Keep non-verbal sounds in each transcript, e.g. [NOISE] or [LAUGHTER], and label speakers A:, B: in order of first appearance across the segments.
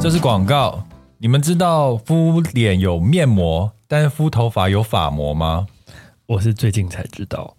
A: 这是广告。你们知道敷脸有面膜，但是敷头发有发膜吗？
B: 我是最近才知道，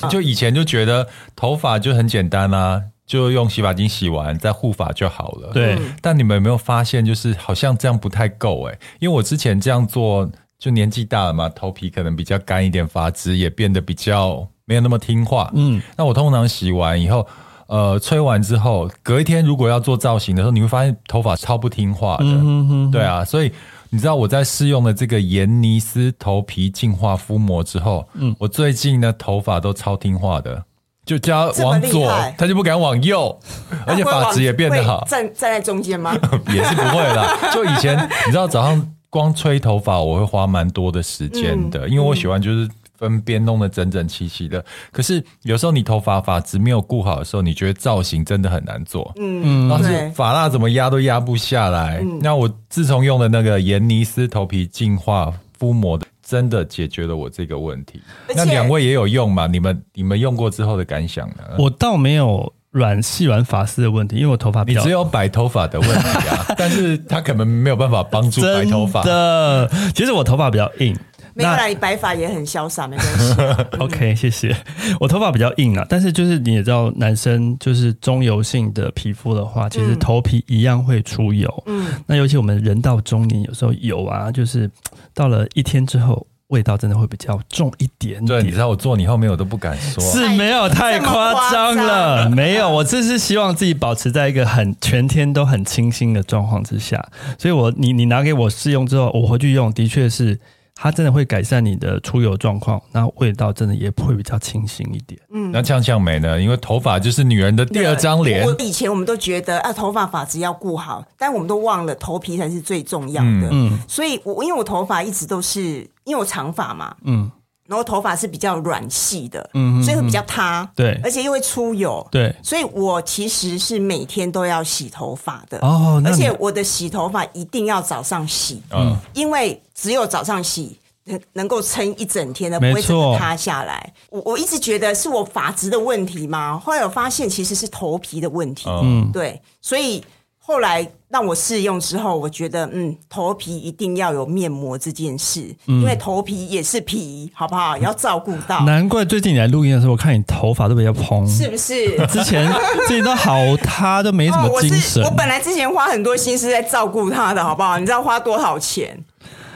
A: 哦就以前就觉得头发就很简单啊，就用洗发精洗完再护发就好了。
B: 对，
C: 嗯
A: 但你们有没有发现，就是好像这样不太够哎、因为我之前这样做，就年纪大了嘛，头皮可能比较干一点，发质也变得比较没有那么听话。嗯，那我通常洗完以后，呃，吹完之后，隔一天如果要做造型的时候，你会发现头发超不听话
C: 嗯
A: 的。对啊，所以你知道我在试用了这个颜尼斯头皮净化敷膜之后，嗯，我最近呢头发都超听话的。就叫它
C: 这么
A: 往
C: 厉
A: 左
C: 害，
A: 它就不敢往
C: [LAUGHS]
A: 右，而且
C: 会
A: 发
C: 往
A: 质也变得
C: 会
A: 好。
C: 站站在中间吗？
A: [LAUGHS] 也是不会
C: [LAUGHS]
A: 啦。就以前你知道早上光吹头发，我会花蛮多的时间
C: 嗯
A: 的，因为我喜欢就是分边弄得整整齐齐的。可是有时候你头发发质没有顾好的时候，你觉得造型真的很难做。嗯，然后是
C: 对嗯
A: 发蜡怎么压都压不下来。那我自从用了那个颜尼斯头皮净化敷膜的。真的解决了我这个问题。
C: 而
A: 那
C: 且
A: 两位也有用嘛？你们你们用过之后的感想呢？
B: 我倒没有染细软发丝的问题，因为我头发比
A: 你
B: 较
A: 只有白头发的问题
C: [LAUGHS]
A: 啊，但是他可能没有办法帮助白头发。
B: 的。其实我头发比较
A: [LAUGHS]
B: 硬，
C: 没有啦，你白发也很潇洒，没关系。
B: OK，谢谢。我头发比较硬啊，但是就是你也知道，男生就是中油性的皮肤的
A: 嗯
B: 话，其实头皮一样会出油。嗯，那尤其我们人到中年，有时候油啊，就是嘖到了一天之后，味道真的会比较重一点
A: 对，你知
B: 点。
A: 道我坐你后面我都不敢说。
B: 嗯是没有太夸张了，没有，我这是希望自己保持在一个很全天都很清新的状况之下，所以我你你拿给我试用之后，我回去用，的确是它真的会改善你的出油状况，那味道真的也会比较清新一点。
C: 嗯
A: 那呛呛美呢？因为头发就是女人的第二张脸
C: 我。以前我们都觉得啊，头发发质要顾好，但我们都忘了头皮才是最重要的。
A: 嗯
C: 所以我因为我头发一直都是因为我长发嘛，嗯，然后头发是比较软细的，嗯，所以会比较塌，
B: 对
C: 而且又会出油，
B: 对
C: 所以我其实是每天都要洗头发的
B: 哦那
C: 而
B: 你
C: 且我的洗头发一定要早上洗，
A: 嗯，
C: 因为只有早上洗。能能够撑一整天的，不
B: 没
C: 会整
B: 错
C: 个塌下来。我我一直觉得是我发质的问题吗？后来我发现其实是头皮的问
B: 哦
C: 题。
A: 嗯
C: 对，所以后来让我试用之后，我觉得嗯，头皮一定要有面膜这件事，
B: 嗯
C: 因为头皮也是皮，好不好？也要照顾到，
B: 难怪最近你来录音的时候，我看你头发都比较蓬，
C: 是不是？
B: 之前之前都好塌，都没什
C: 哦，
B: 么
C: 我
B: 精
C: 是
B: 神。
C: 我本来之前花很多心思在照顾他的，好不好？你知道花多少钱？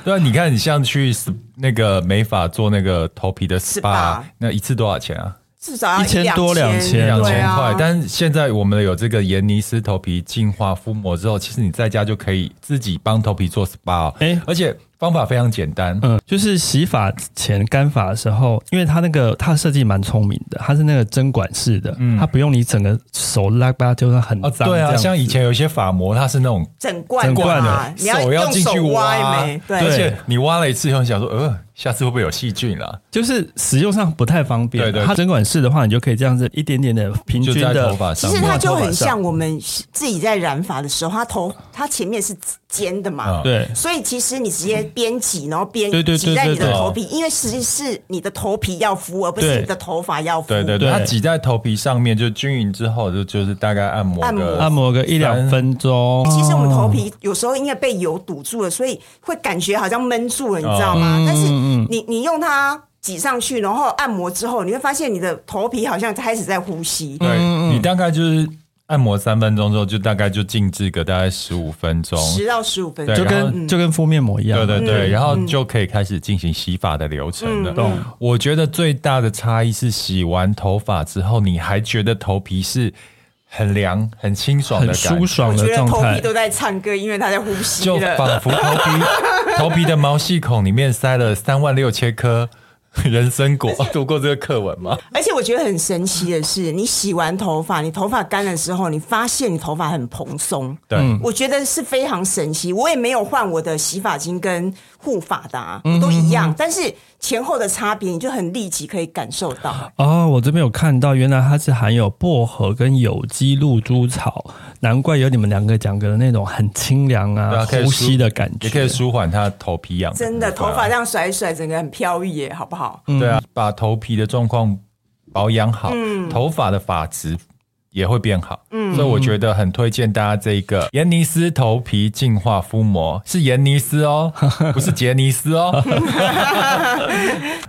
A: 对啊，你看你像去 sp- 那个美发做那个头皮的 SPA，
C: SPA
A: 那一次多少钱啊？
C: 至少要
B: 1000
C: 一
B: 多
C: 两
B: 2000
A: 两
C: 对
A: 千
C: 啊
A: 块。但是现在我们有这个颜尼斯头皮净化敷膜之后，其实你在家就可以自己帮头皮做 SPA，、哦
B: 哎
A: 而且方法非常简单。
B: 嗯，就是洗发前干发的时候，因为它那个它设计蛮聪明的，它是那个针管式的，它不用你整个手拉巴就是很
A: 嗯哦，
B: 脏、
A: 对啊，
B: 这样
A: 像
B: 子
A: 以前有一些发膜，它是那种
C: 整罐
B: 整
C: 的
B: 罐
C: 嘛，
B: 的
C: 你要
A: 手要
C: 用
A: 进
C: 手
A: 去
C: 挖
A: 挖
C: 没，？
A: 而
C: 对，
A: 且你挖了一次以后，你想说，呃，下次会不会有细菌啊啦、
B: 就是使用上不太方便。啊
A: 对对对
B: 它针管式的话，你就可以这样子一点点的平均
A: 就在
B: 的
A: 头发
C: 其
A: 上
C: 实
B: 抹
C: 它
B: 在
C: 就
B: 头发
C: 很
B: 上
C: 像我们自己在染发的时候，它头它前面是尖的
A: 嗯
C: 嘛，
B: 对
C: 所以其实你直接边挤，然后
B: 啊
C: 边
B: 对对对
C: 挤在你
B: 对
C: 的
B: 对
C: 头皮，因为实际是你的头皮要敷，而不
B: 对
C: 是你的头发要敷。
A: 对对对，
B: 对
A: 它挤在头皮上面就均匀之后，就就是大概按摩
C: 按
A: 个
C: 摩
B: 按摩个一两分钟。
C: 其实我们头
B: 哦
C: 皮有时候因为被油堵住了，所以会感觉好像闷住了，你知道吗？
B: 嗯
C: 但是你你用它挤上去，然后按摩之后，你会发现你的头皮好像开始在呼吸。
B: 嗯
A: 对、你大概就是按摩三分钟之后，就大概就静置个大概十五分钟。
C: 十到十五分
A: 对
B: 就
C: 钟，
A: 然后
B: 跟就跟敷面膜一样，
A: 对对对，然后就可以开始进行洗发的流程了。我觉得最大的差异是，洗完头发之后，你还觉得头皮是很凉、很清爽的
B: 很
A: 感觉，
B: 舒爽
C: 我
B: 的
C: 觉得
B: 状
C: 头皮
B: 态。
C: 都在唱歌，因为它在呼吸
A: 就
C: 了。
A: 仿佛头皮 [LAUGHS] 头皮的毛细孔里面塞了三万六千颗人参 [LAUGHS] 果。读过这个课文吗？
C: 而且我觉得很神奇的是，你洗完头发，你头发干的时候，你发现你头发很蓬松。
A: 对，
B: 嗯
C: 我觉得是非常神奇，我也没有换我的洗发精跟护发的、啊，
B: 嗯
C: 都一样，但是前后的差别你就很立即可以感受到。
B: 哦，我这边有看到，原来它是含有薄荷跟有机露珠草，难怪有你们两个讲的那种很清凉
A: 对
B: 啊、
A: 啊可以
B: 呼
A: 舒
B: 吸的感觉。
A: 也可以舒缓它头皮痒。
C: 真的，头发这样甩一甩，整个很飘逸耶，好不好？嗯
A: 对啊，把头皮的状况保养好，头发的发质。也会变好。嗯，所以我觉得很推荐大家这一个颜尼斯头皮净化敷膜，是颜尼斯哦，不是杰尼斯哦。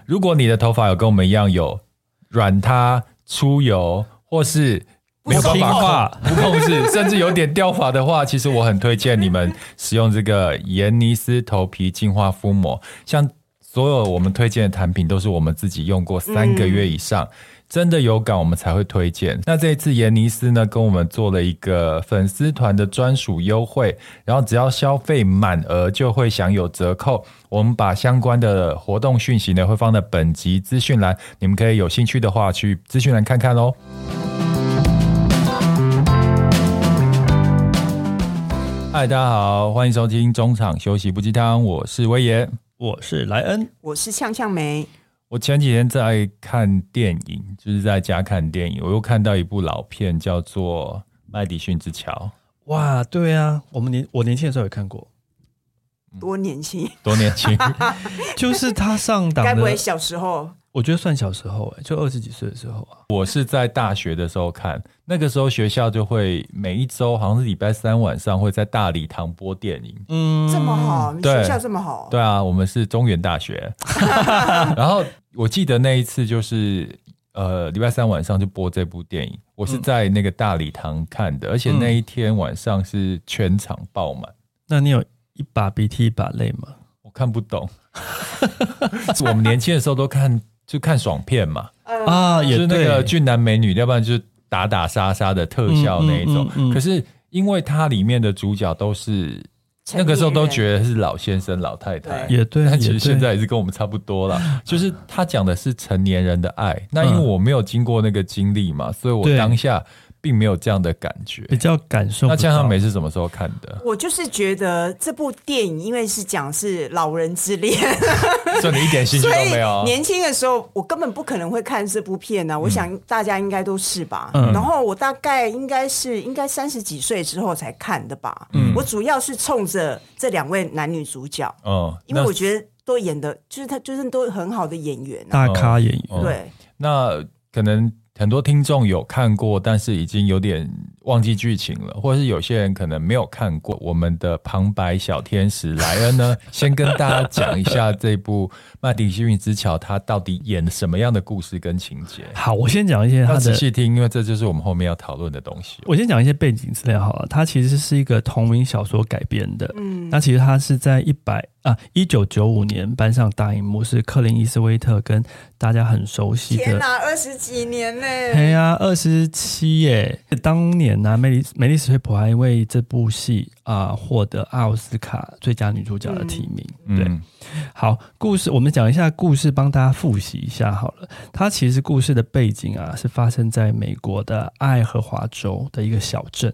A: 如果你的头发有跟我们一样有软塌、出油，或是没有办
B: 听
A: 法
B: 话
A: 不控制，甚至有点掉发的话，其实我很推荐你们使用这个颜尼斯头皮净化敷膜。像所有我们推荐的产品，都是我们自己用过三个月以上，真的有感我们才会推荐。那这一次颜尼斯呢，跟我们做了一个粉丝团的专属优惠，然后只要消费满额就会享有折扣。我们把相关的活动讯息呢，会放在本集资讯栏，你们可以有兴趣的话去资讯栏看看哦喽。嗨，大家好，欢迎收听中场休息不鸡汤，我是威爷。
B: 我是莱恩，
C: 我是向向梅，
A: 我前几天在看电影，就是在家看电影，我又看到一部老片，叫做《麦迪逊之桥》，
B: 哇，对啊，我们年我年轻的时候也看过，
C: 多
A: [LAUGHS]
C: 年轻，
A: 多年轻，
B: 就是他上档
C: [LAUGHS] 该不会
B: 的，
C: 小时候
B: 我觉得算小时候、欸，就二十几岁的时候啊，
A: 我是在大学的时候看，那个时候学校就会每一周好像是礼拜三晚上会在大礼堂播电影，
B: 嗯
C: 这么好？你
A: 对
C: 学校这么好？
A: 对啊，我们是中原大学。然后我记得那一次就是呃礼拜三晚上就播这部电影，我是在那个大礼堂看的，而且那一天晚上是全场爆满，
B: 那你有一把鼻涕一把泪吗？
A: 我看不懂。 [LAUGHS] 我们年轻的时候都看就看爽片嘛，
C: 呃，
B: 啊，也
A: 就是那
B: 对，
A: 个俊男美女，要不然就是打打杀杀的特效那一种。
B: 嗯嗯嗯嗯
A: 可是因为它里面的主角都是
C: 成
A: 那个时候都
C: 年人
A: 觉得是老先生、老太太，
C: 对
B: 也对，
A: 但其实
B: 也对
A: 现在也是跟我们差不多
B: [LAUGHS]
A: 啦。就是他讲的是成年人的爱，那因为我没有经过那个经历嘛，所以我
B: 嗯对
A: 当下并没有这样的感觉。
B: 比较感受不
A: 那
B: 到。
A: 江上美是什么时候看
C: [LAUGHS]
A: 的？
C: 我就是觉得这部电影，因为是讲是老人之恋，
A: [LAUGHS] 所以你一点兴趣
C: 所
A: 都
C: 以
A: 没有。啊嗯
C: 年轻的时候我根本不可能会看这部片呢、我想大家应该都是吧。
B: 嗯
C: 然后我大概应该是应该三十几岁之后才看的吧。我主要是冲着这两位男女主角，
A: 嗯，
C: 因为我觉得都演的，就是他就是都很好的演员啊。
B: 大咖演员，
A: 哦
C: 对，
A: 那可能很多听众有看过，但是已经有点忘记剧情了，或者是有些人可能没有看过。我们的旁白小天使莱恩
B: [LAUGHS]
A: 呢，先跟大家讲一下这部《麦迪逊之桥》它到底演了什么样的故事跟情节。
B: 好，我先讲一些
A: 要
B: [LAUGHS] 他
A: 仔
B: 的，
A: 细听，因为这就是我们后面要讨论的东西。
B: 我先讲一些背景资料好了。它其实是一个同名小说改编的，嗯，那其实它是在一百啊一九九五年搬上大荧幕，是克林伊斯威特跟大家很熟悉
C: 天
B: 的。
C: 哪，二十几年呢、
B: 哎呀，二十七耶！当年呢、梅丽梅丽史翠普还为这部戏啊、获得奥斯卡最佳女主角的提名。对，
A: 嗯，
B: 好，故事我们讲一下故事，帮大家复习一下好了。它其实故事的背景啊，是发生在美国的爱荷华州的一个小镇。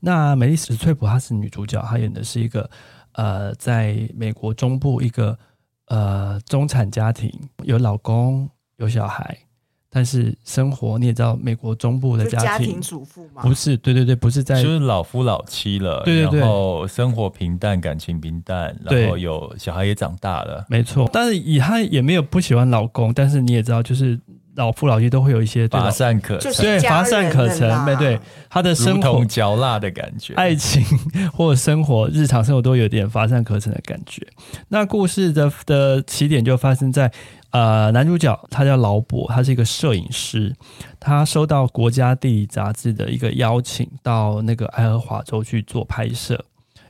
B: 那梅丽史翠普她是女主角，她演的是一个呃，在美国中部一个呃中产家庭，有老公有小孩，但是生活你也知道，美国中部的
C: 就家
B: 家
C: 庭
B: 庭
C: 主妇嘛
B: 不。是对对对，不是在
A: 就是老夫老妻了，
B: 对对对
A: 然后生活平淡，感情平淡，
B: 对
A: 然后有小孩也长大了，
B: 没错，但是以她也没有不喜欢老公，但是你也知道，就是老夫老妻都会有一些对老
A: 乏善可
C: 就
A: 陈，
C: 是
B: 对，
C: 家
B: 乏善
C: 人
B: 可
C: 了啦
B: 陈，对对，他的
A: 如
B: 生活哎
A: 同、嚼蜡的感觉。
B: 爱情或者生活、日常生活都有点乏善可陈的感觉。那故事的的起点就发生在呃，男主角他叫劳勃，他是一个摄影师，他收到国家地理杂志的一个邀请，到那个爱荷华州去做拍摄。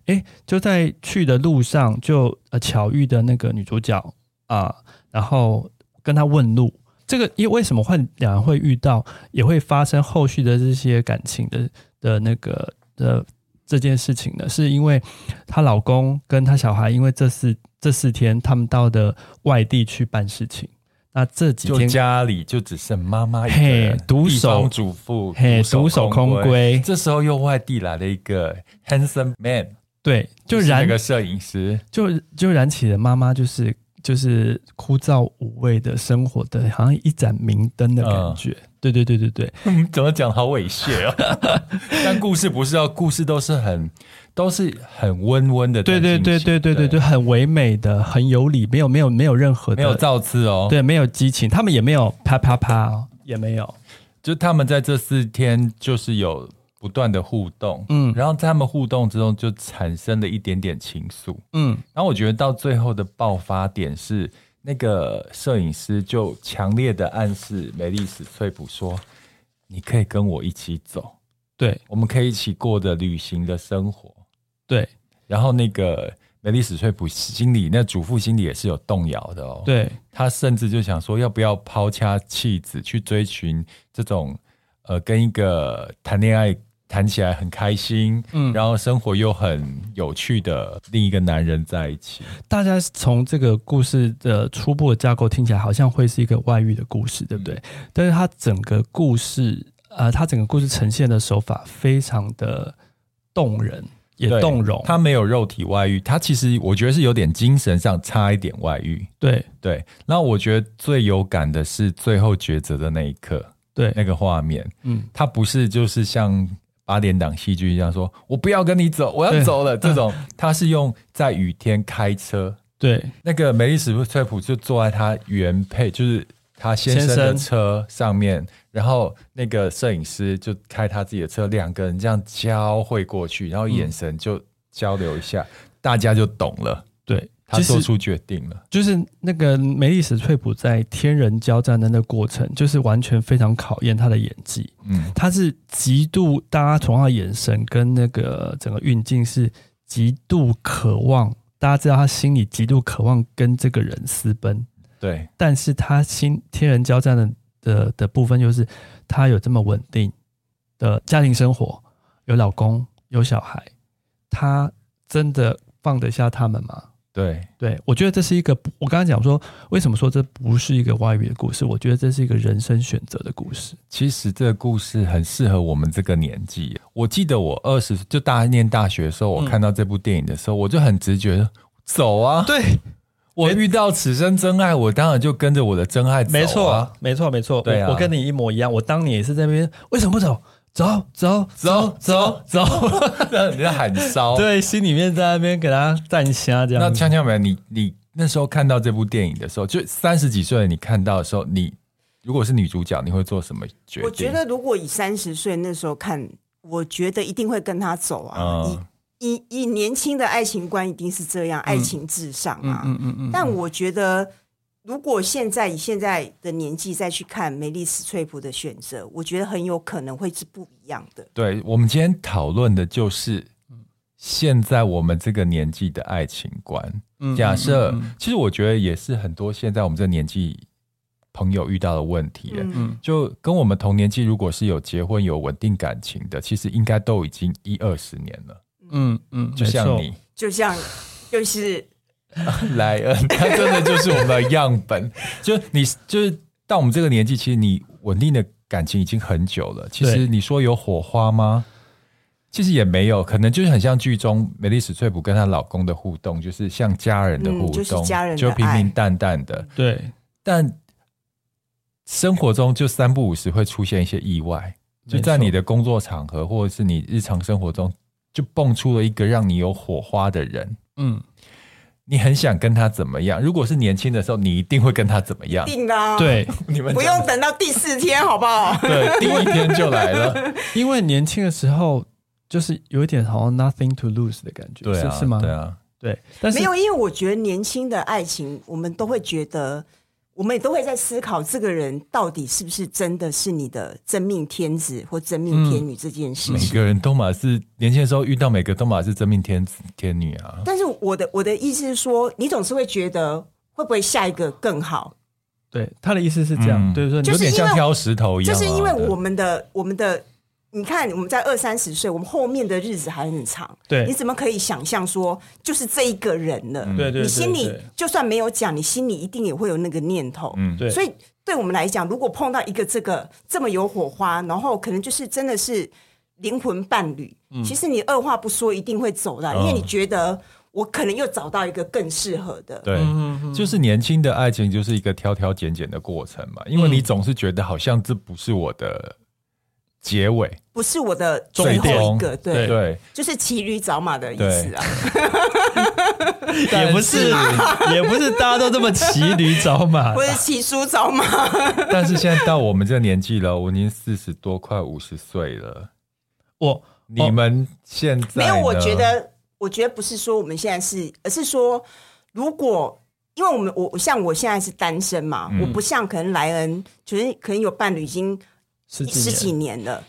B: 诶，就在去的路上就呃巧遇的那个女主角啊、然后跟她问路。这个因为为什么会两人会遇到，也会发生后续的这些感情的的那个的这件事情呢？是因为她老公跟她小孩，因为这四这四天他们到的外地去办事情，那这几
A: 就
B: 天
A: 家里就只剩妈妈一个人
B: 嘿，独
A: 地
B: 守
A: 方主妇，
B: 嘿独守空闺
A: 这时候又外地来了一个 handsome man，
B: 对就是燃
A: 那个摄影师， [LAUGHS]
B: 就就燃起了妈妈就是就是枯燥无味的生活的，好像一盏明灯的感觉。对对对对对，
A: 嗯怎么讲好猥亵哦。 [LAUGHS] 但故事不是哦，故事都是很都是很温温的在
B: 对
A: 进
B: 对
A: 行，
B: 对对对对对，很唯美的，很有理，没有没有没有任何的
A: 没有造次哦。
B: 对，没有激情，他们也没有啪啪啪、哦，也没有。
A: 就他们在这四天就是有不断的互动，嗯，然后在他们互动之中就产生了一点点情愫，嗯，然后我觉得到最后的爆发点是那个摄影师就强烈的暗示梅丽史翠普说：“你可以跟我一起走，
B: 对
A: 我们可以一起过的旅行的生活。
B: 对”
A: 然后那个梅丽史翠普心里那主妇心里也是有动摇的哦，
B: 对，
A: 他甚至就想说，要不要抛家弃子去追寻这种呃，跟一个谈恋爱谈起来很开心，嗯，然后生活又很有趣的另一个男人在一起。
B: 大家从这个故事的初步的架构听起来，好像会是一个外遇的故事，对不对？
A: 嗯
B: 但是它整个故事，呃，它整个故事呈现的手法非常的动人，也
A: 对
B: 动容。
A: 他没有肉体外遇，他其实我觉得是有点精神上差一点外遇。
B: 对
A: 对，那我觉得最有感的是最后抉择的那一刻，
B: 对，
A: 那个画面，
B: 嗯，
A: 他不是就是像八点档戏剧一样说“我不要跟你走，我要走了”这
B: [LAUGHS]
A: 种，
B: 嗯
A: 他是用在雨天开车，
B: 对
A: 那个梅丽史翠普就坐在他原配，就是他先生
B: 先
A: 的
B: 生
A: 车上面，然后那个摄影师就开他自己的车，两个人这样交汇过去，然后眼神就交流一下，大家就懂了，
B: 对，
A: 他
B: 其实
A: 做出决定了，
B: 就是那个梅丽史翠普在天人交战的那个过程，就是完全非常考验她的演技。
A: 嗯，
B: 她是极度，大家从她的眼神跟那个整个运镜是极度渴望，大家知道她心里极度渴望跟这个人私奔，
A: 对，
B: 但是她心天人交战的的的部分就是她有这么稳定的家庭生活，有老公有小孩，她真的放得下他们吗？
A: 对，
B: 对，我觉得这是一个，我刚刚讲说，为什么说这不是一个外遇的故事？我觉得这是一个人生选择的故事。
A: 其实这个故事很适合我们这个年纪。我记得我二十就大念大学的时候，我看到这部电影的时候，我就很直觉地走啊！
B: 对，
A: 我遇到此生真爱，我当然就跟着我的真爱走、啊。
B: 没错，，没错，没错。
A: 对啊
B: 我，我跟你一模一样。我当年也是在那边，为什么不走？走，走，
A: 走 [LAUGHS]
B: 走，走。
A: 你在喊烧。，
B: 对，心里面在那边给他站瞎这
A: 那
B: 样子。
A: 锵锵们，你你那时候看到这部电影的时候，就三十几岁的你看到的时候，你如果是女主角，你会做什么决定？
C: 我觉得如果以三十岁那时候看，我觉得一定会跟他走啊。
A: 嗯
C: 以以以年轻的爱情观一定是这样，爱情至上啊。
B: 嗯嗯嗯，
C: 但我觉得，如果现在以现在的年纪再去看梅丽史翠普的选择，我觉得很有可能会是不一样的。
A: 对，我们今天讨论的就是现在我们这个年纪的爱情观。
C: 嗯
A: 假设，其实我觉得也是很多现在我们这年纪朋友遇到的问题耶。
C: 嗯，
A: 就跟我们同年纪，如果是有结婚、有稳定感情的，其实应该都已经一二十年了。
B: 嗯嗯，
A: 就像
B: 没错，
A: 你，
C: 就像就是
A: 莱恩，呃他真的就是我们的样
C: [LAUGHS]
A: 本。就你，就是到我们这个年纪，其实你稳定的感情已经很久了。其实
B: 对
A: 你说有火花吗？其实也没有，可能就是很像剧中梅丽史翠普跟她老公的互动，就是像家人的
C: 嗯
A: 互动，
C: 就是家人的
A: 就平
C: 爱
A: 平淡淡的。
B: 对
A: 但生活中就三不五时会出现一些意外，
B: 没
A: 就
B: 错
A: 在你的工作场合或者是你日常生活中，就蹦出了一个让你有火花的人。
B: 嗯，
A: 你很想跟他怎么样？如果是年轻的时候，你一定会跟他怎么样？
C: 定啊啦、，
B: 对，
A: 你们
C: 不
A: 讲
C: 用等到第四天，好不好？
A: 对，第一天就来
C: [LAUGHS]
A: 了，
B: [LAUGHS] 因为年轻的时候就是有一点好像 nothing to lose 的感觉，
A: 对啊，
B: 是是吗？
A: 对啊，
B: 对，但 [LAUGHS] 是
C: 没有，因为我觉得年轻的爱情，我们都会觉得，我们也都会在思考这个人到底是不是真的是你的真命天子或真命天女这件事
A: 每
C: 情。
A: 个人都嘛是年轻的时候遇到每个都嘛是真命天子天女啊，
C: 但是我的我的意思是说，你总是会觉得会不会下一个更好？
B: 对他的意思是这样，
A: 嗯
B: 对，说你
C: 就
A: 有
C: 是因为
A: 点像挑石头一样啊、
C: 就是因为
A: 对
C: 我们的我们的，你看我们在二三十岁，我们后面的日子还很长，
B: 对嗯
C: 你怎么可以想象说就是这一个人了？
B: 对对对，
C: 你心里
B: 对
C: 就算没有讲，你心里一定也会有那个念头。
A: 嗯
B: 对
C: 所以对我们来讲，如果碰到一个这个这么有火花，然后可能就是真的是灵魂伴侣，其实你二话不说一定会走的，啊因为
A: 嗯
C: 你觉得我可能又找到一个更适合的。
A: 对，
C: 嗯
A: 就是年轻的爱情
B: 嗯
A: 就是一个挑挑拣拣的过程嘛，因为你总是觉得好像这不是我的结尾，
C: 不是我的
A: 最
C: 最后
A: 终
C: 一个，对，
A: 对，
C: 就是骑驴找马的意思啊。
B: 也不
C: [LAUGHS]
B: 是，也不是大家都这么骑驴找马
C: 或。者骑书找马，
A: 但是现在到我们这个年纪了，我已经四十多，快五十岁了。
B: 我
A: 你们现在
C: 没有，我
A: 呢
C: 觉得，我觉得不是说我们现在是，而是说，如果因为我们我我像我现在是单身嘛，我不像可能莱恩，就是可能有伴侣已经
B: 十
C: 十几
B: 年，
C: 年了。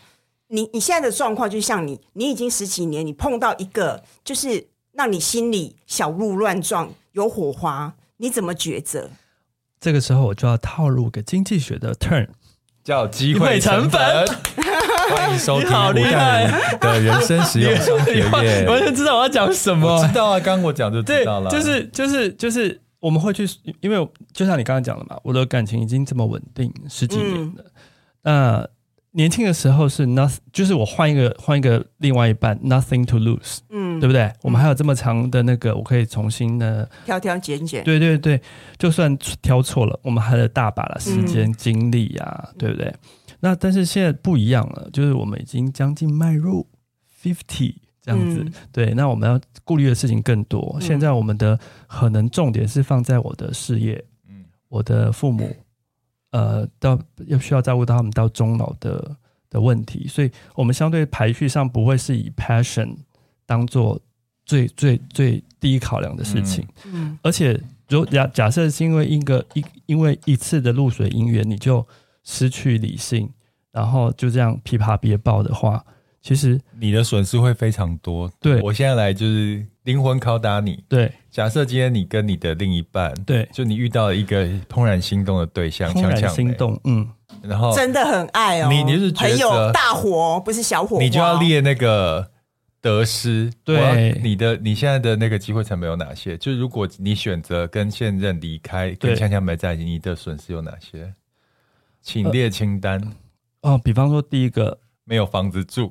C: 你你现在的状况就像你，你已经十几年，你碰到一个就是让你心里小鹿乱撞、有火花，你怎么抉择？
B: 这个时候我就要套入个经济学的 turn。
A: 叫机会成本。 [LAUGHS] 欢迎收听
B: 你好
A: 吴
B: 厉
A: 淡
B: 害
A: 如的人生实用商学
B: [LAUGHS]
A: 院。
B: 完全知道我要讲什么
A: 我。知道啊，刚刚我讲就知
B: 对
A: 道，了，
B: 就是就是就是我们会去，因为就像你刚刚讲的嘛，我的感情已经这么稳定十几年
C: 嗯
B: 了。那、年轻的时候是 nothing，就是我换一个换一个另外一半，nothing to lose，
C: 嗯
B: 对，不对？我们还有这么长的那个，我可以重新的，
C: 挑挑拣拣，
B: 对对对，就算挑错了，我们还有大把的时间、精力呀、对不对？那但是现在不一样了，就是我们已经将近迈入 fifty 这样子，
C: 嗯
B: 对，那我们要顾虑的事情更多。现在我们的可能重点是放在我的事业，
A: 嗯
B: 我的父母，呃，到要需要照顾到他们到终老的的问题，所以我们相对排序上不会是以 passion 当做最最最第一考量的事情。
C: 嗯
B: 而且，如果假假设是因为一个一因为一次的露水姻缘，你就失去理性，然后就这样琵琶别抱的话，其实
A: 你的损失会非常多。
B: 对
A: 我现在来就是灵魂拷打你。
B: 对
A: 假设今天你跟你的另一半，
B: 对，
A: 就你遇到了一个怦然心动的对象，
B: 怦
A: 强
B: 然
A: 强
B: 心
A: 嘞，
B: 动，嗯，
A: 然后
C: 真的很爱哦，
A: 你你是觉得
C: 很有大火哦，不是小火花哦，
A: 你就要列那个得失，
B: 对
A: 我要你的你现在的那个机会成本有哪些？就如果你选择跟现任离开，
B: 对
A: 跟香香没在一起，你的损失有哪些？请列清单，
B: 哦，比方说第
A: [LAUGHS]
B: 一个，
A: 没有房子住，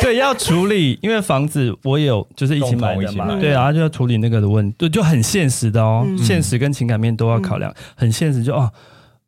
B: 对，要处理，因为房子我有就是一起买
A: 共同
B: 的
A: 一嗯起
B: 嘛，
A: 买
B: 对啊，就要处理那个的问题，对，就很现实的哦，现实跟情感面都要考
A: 嗯
B: 量，很现实就哦，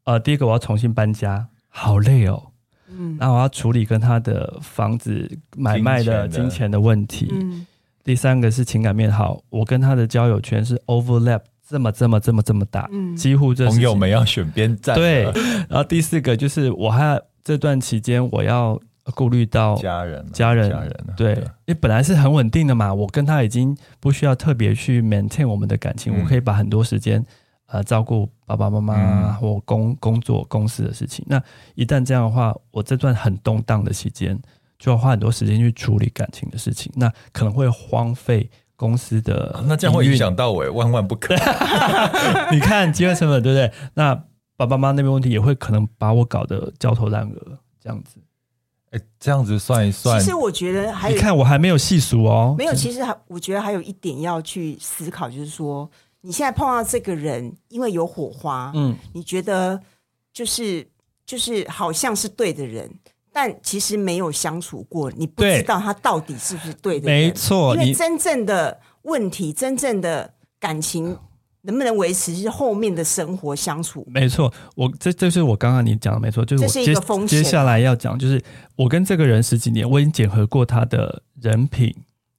B: 呃，第一个我要重新搬家，好累哦，嗯，然后我要处理跟他的房子买卖的
A: 金钱的
B: 金钱的问题，
C: 嗯
B: 第三个是情感面，好，我跟他的交友圈是 overlap 这么这么这么这么大，
C: 嗯
B: 几乎 [LAUGHS] 这是
A: 朋友们要选边站了，
B: 对，然后第四个就是我还这段期间我要顾虑到
A: 家人啊，
B: 家人
A: 家人啊，
B: 对，因为本来是很稳定的嘛，我跟他已经不需要特别去 maintain 我们的感情，
A: 嗯
B: 我可以把很多时间呃照顾爸爸妈妈、
A: 嗯
B: 或工工作公司的事情。那一旦这样的话，我这段很动荡的期间，就要花很多时间去处理感情的事情，那可能会荒废公司的、
A: 啊那这样会影。响到我，万万不
B: [LAUGHS]
A: 可。
B: 你看机会成本对不对？那爸爸妈妈那边问题也会可能把我搞得焦头烂额这样子。
A: 哎，这样子算一
C: 其
A: 算，
C: 实我觉得还
B: 你
C: 有
B: 看我还没有细数哦，
C: 没有，其实还我觉得还有一点要去思考，就是说你现在碰到这个人，因为有火花，
B: 嗯。
C: 你觉得就是就是好像是对的人，但其实没有相处过，你不
B: 对
C: 知道他到底是不是对的人。
B: 没错，
C: 因为
B: 你
C: 真正的问题，真正的感情能不能维持，是后面的生活相处。
B: 没错，我这这是我刚刚你讲的没错，就是我
C: 这是一
B: 接
C: 个风险
B: 接下来要讲，就是我跟这个人十几年，我已经检核过他的人品、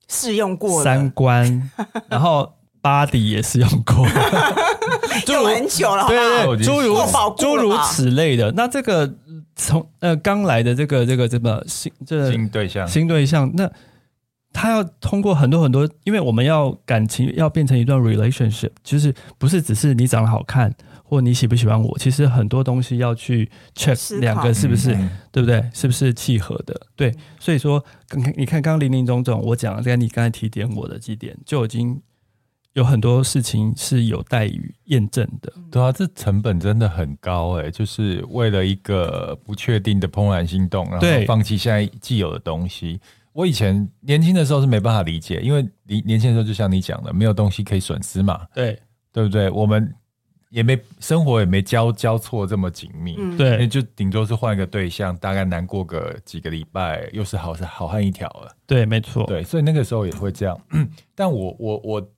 C: 试用过
B: 三
C: 了，
B: 观，
C: [LAUGHS]
B: 然后 body 也是用过，诸
C: 用
B: 如
C: 很久了，好不好
B: 对对
A: 我已
B: 对，
A: 经
B: 诸如
C: 过保
B: 诸
C: 护了
B: 如
C: 吧
B: 此类的。那这个从呃刚来的这个这个这个新这
A: 新对象，
B: 新对象，那他要通过很多很多，因为我们要感情要变成一段 relationship，就是不是只是你长得好看或你喜不喜欢我，其实很多东西要去
C: 思
B: check
C: 考
B: 两个是不是、
A: 嗯
B: 对不对，是不是契合的？对，所以说，刚刚你看刚刚林林总总我讲的，跟你刚才提点我的几点，就已经有很多事情是有待于验证的。
A: 对啊，这成本真的很高哎、就是为了一个不确定的怦然心动，然后
B: 对
A: 放弃现在既有的东西。我以前年轻的时候是没办法理解，因为年年轻的时候就像你讲的，没有东西可以损失嘛，
B: 对
A: 对不对？我们也没生活也没交交错这么紧密，
C: 嗯
A: 那
B: 对
A: 就顶多是换一个对象，大概难过个几个礼拜，又是好好汉一条了。
B: 对，没错。
A: 对，所以那个时候也会这样。 [CLEARS THROAT] 但我我我，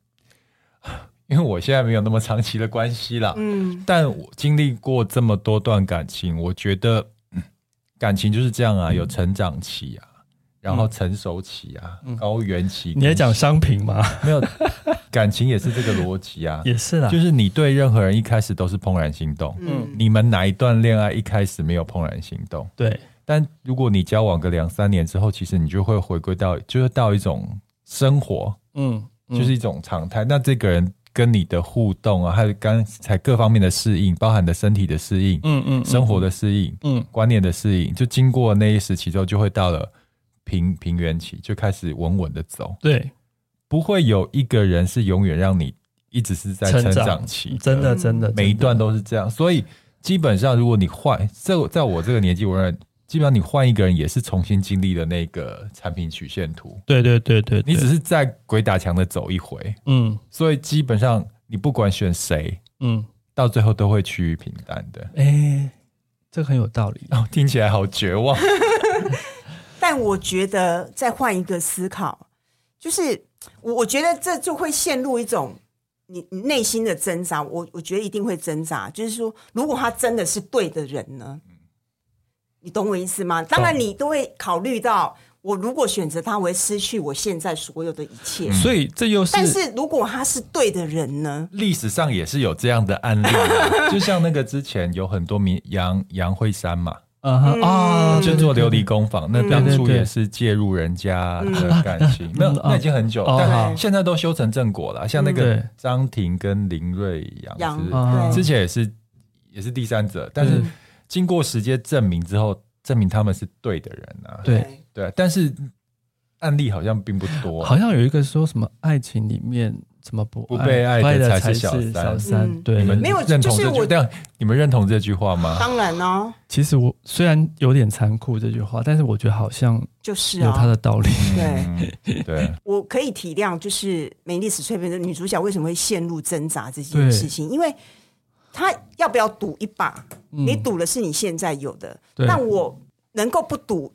A: 因为我现在没有那么长期的关系啦，
C: 嗯
A: 但我经历过这么多段感情，我觉得、嗯感情就是这样
B: 嗯
A: 啊，有成长期啊，然后成熟期啊，高原期。
B: 嗯你在讲商品吗？
A: [LAUGHS] 没有？感情也是这个逻辑啊，
B: [LAUGHS] 也是啦，
A: 就是你对任何人一开始都是怦然心动，嗯，你们哪一段恋爱一开始没有怦然心动？
B: 对，
A: 但如果你交往个两三年之后，其实你就会回归到，就是到一种生活，
B: 嗯，
A: 就是一种常态。那这个人跟你的互动啊，还有刚才各方面的适应，包含的身体的适应，
B: 嗯嗯，
A: 生活的适应，
B: 嗯，
A: 观念的适应，就经过那一时期之后，就会到了平平原期，就开始稳稳的走，
B: 对，
A: 不会有一个人是永远让你一直是在成长期，
B: 真的真的，
A: 每一段都是这样。所以基本上，如果你换在我在我这个年纪，我认为基本上你换一个人也是重新经历了那个产品曲线图，
B: 对对对对，对
A: 你只是在鬼打墙的走一回，
B: 嗯
A: 所以基本上你不管选谁，
B: 嗯，
A: 到最后都会趋于平淡的。
B: 哎，这个很有道理。
A: 哦，听起来好绝望。
C: 但我觉得再换一个思考，就是我我觉得这就会陷入一种你你内心的挣扎。我我觉得一定会挣扎，就是说，如果他真的是对的人呢？你懂我意思吗？当然，你都会考虑到，我如果选择他，我会失去我现在所有的一切。
B: 所以这又是
C: 但是如果他是对的人呢？
A: 历史上也是有这样的案例啊、
B: [LAUGHS]
A: 就像那个之前有很多名杨杨惠珊嘛，
B: 啊哈啊，
A: 就做琉璃工坊，那当初也是介入人家的感情，那 [LAUGHS]
B: 嗯
A: 那已经很久，
B: 哦
A: 但
B: 好
A: 现在都修成正果了。像那
B: 嗯
A: 个
B: 对
A: 张庭跟林瑞阳
C: 杨
A: 是，
B: 啊
A: 之
C: 对，
A: 前也是也是第三者，但是
B: 嗯
A: 经过时间证明之后，证明他们是对的人啊。
B: 对，
A: 对，但是案例好像并不多。
B: 好像有一个说什么爱情里面怎么不
A: 不被爱的
B: 的
A: 才
B: 才
A: 是小
B: 是
A: 三
B: 小三，
C: 嗯
B: 对
A: 你们
C: 没有
A: 认同
C: 就是
A: 这句，
C: 我
A: 但你们认同这句话吗？
C: 当然哦，
B: 其实我虽然有点残酷这句话，但是我觉得好像
C: 就是
B: 有它
C: 啊。
B: 的道理。
C: 对，
A: 嗯 [LAUGHS] 对，
C: 我可以体谅，就是《美丽史翠芬》的女主角为什么会陷入挣扎这
B: 对
C: 件事情，因为她要不要赌一把？
B: 嗯
C: 你赌的是你现在有的，
B: 对
C: 那我能够不赌？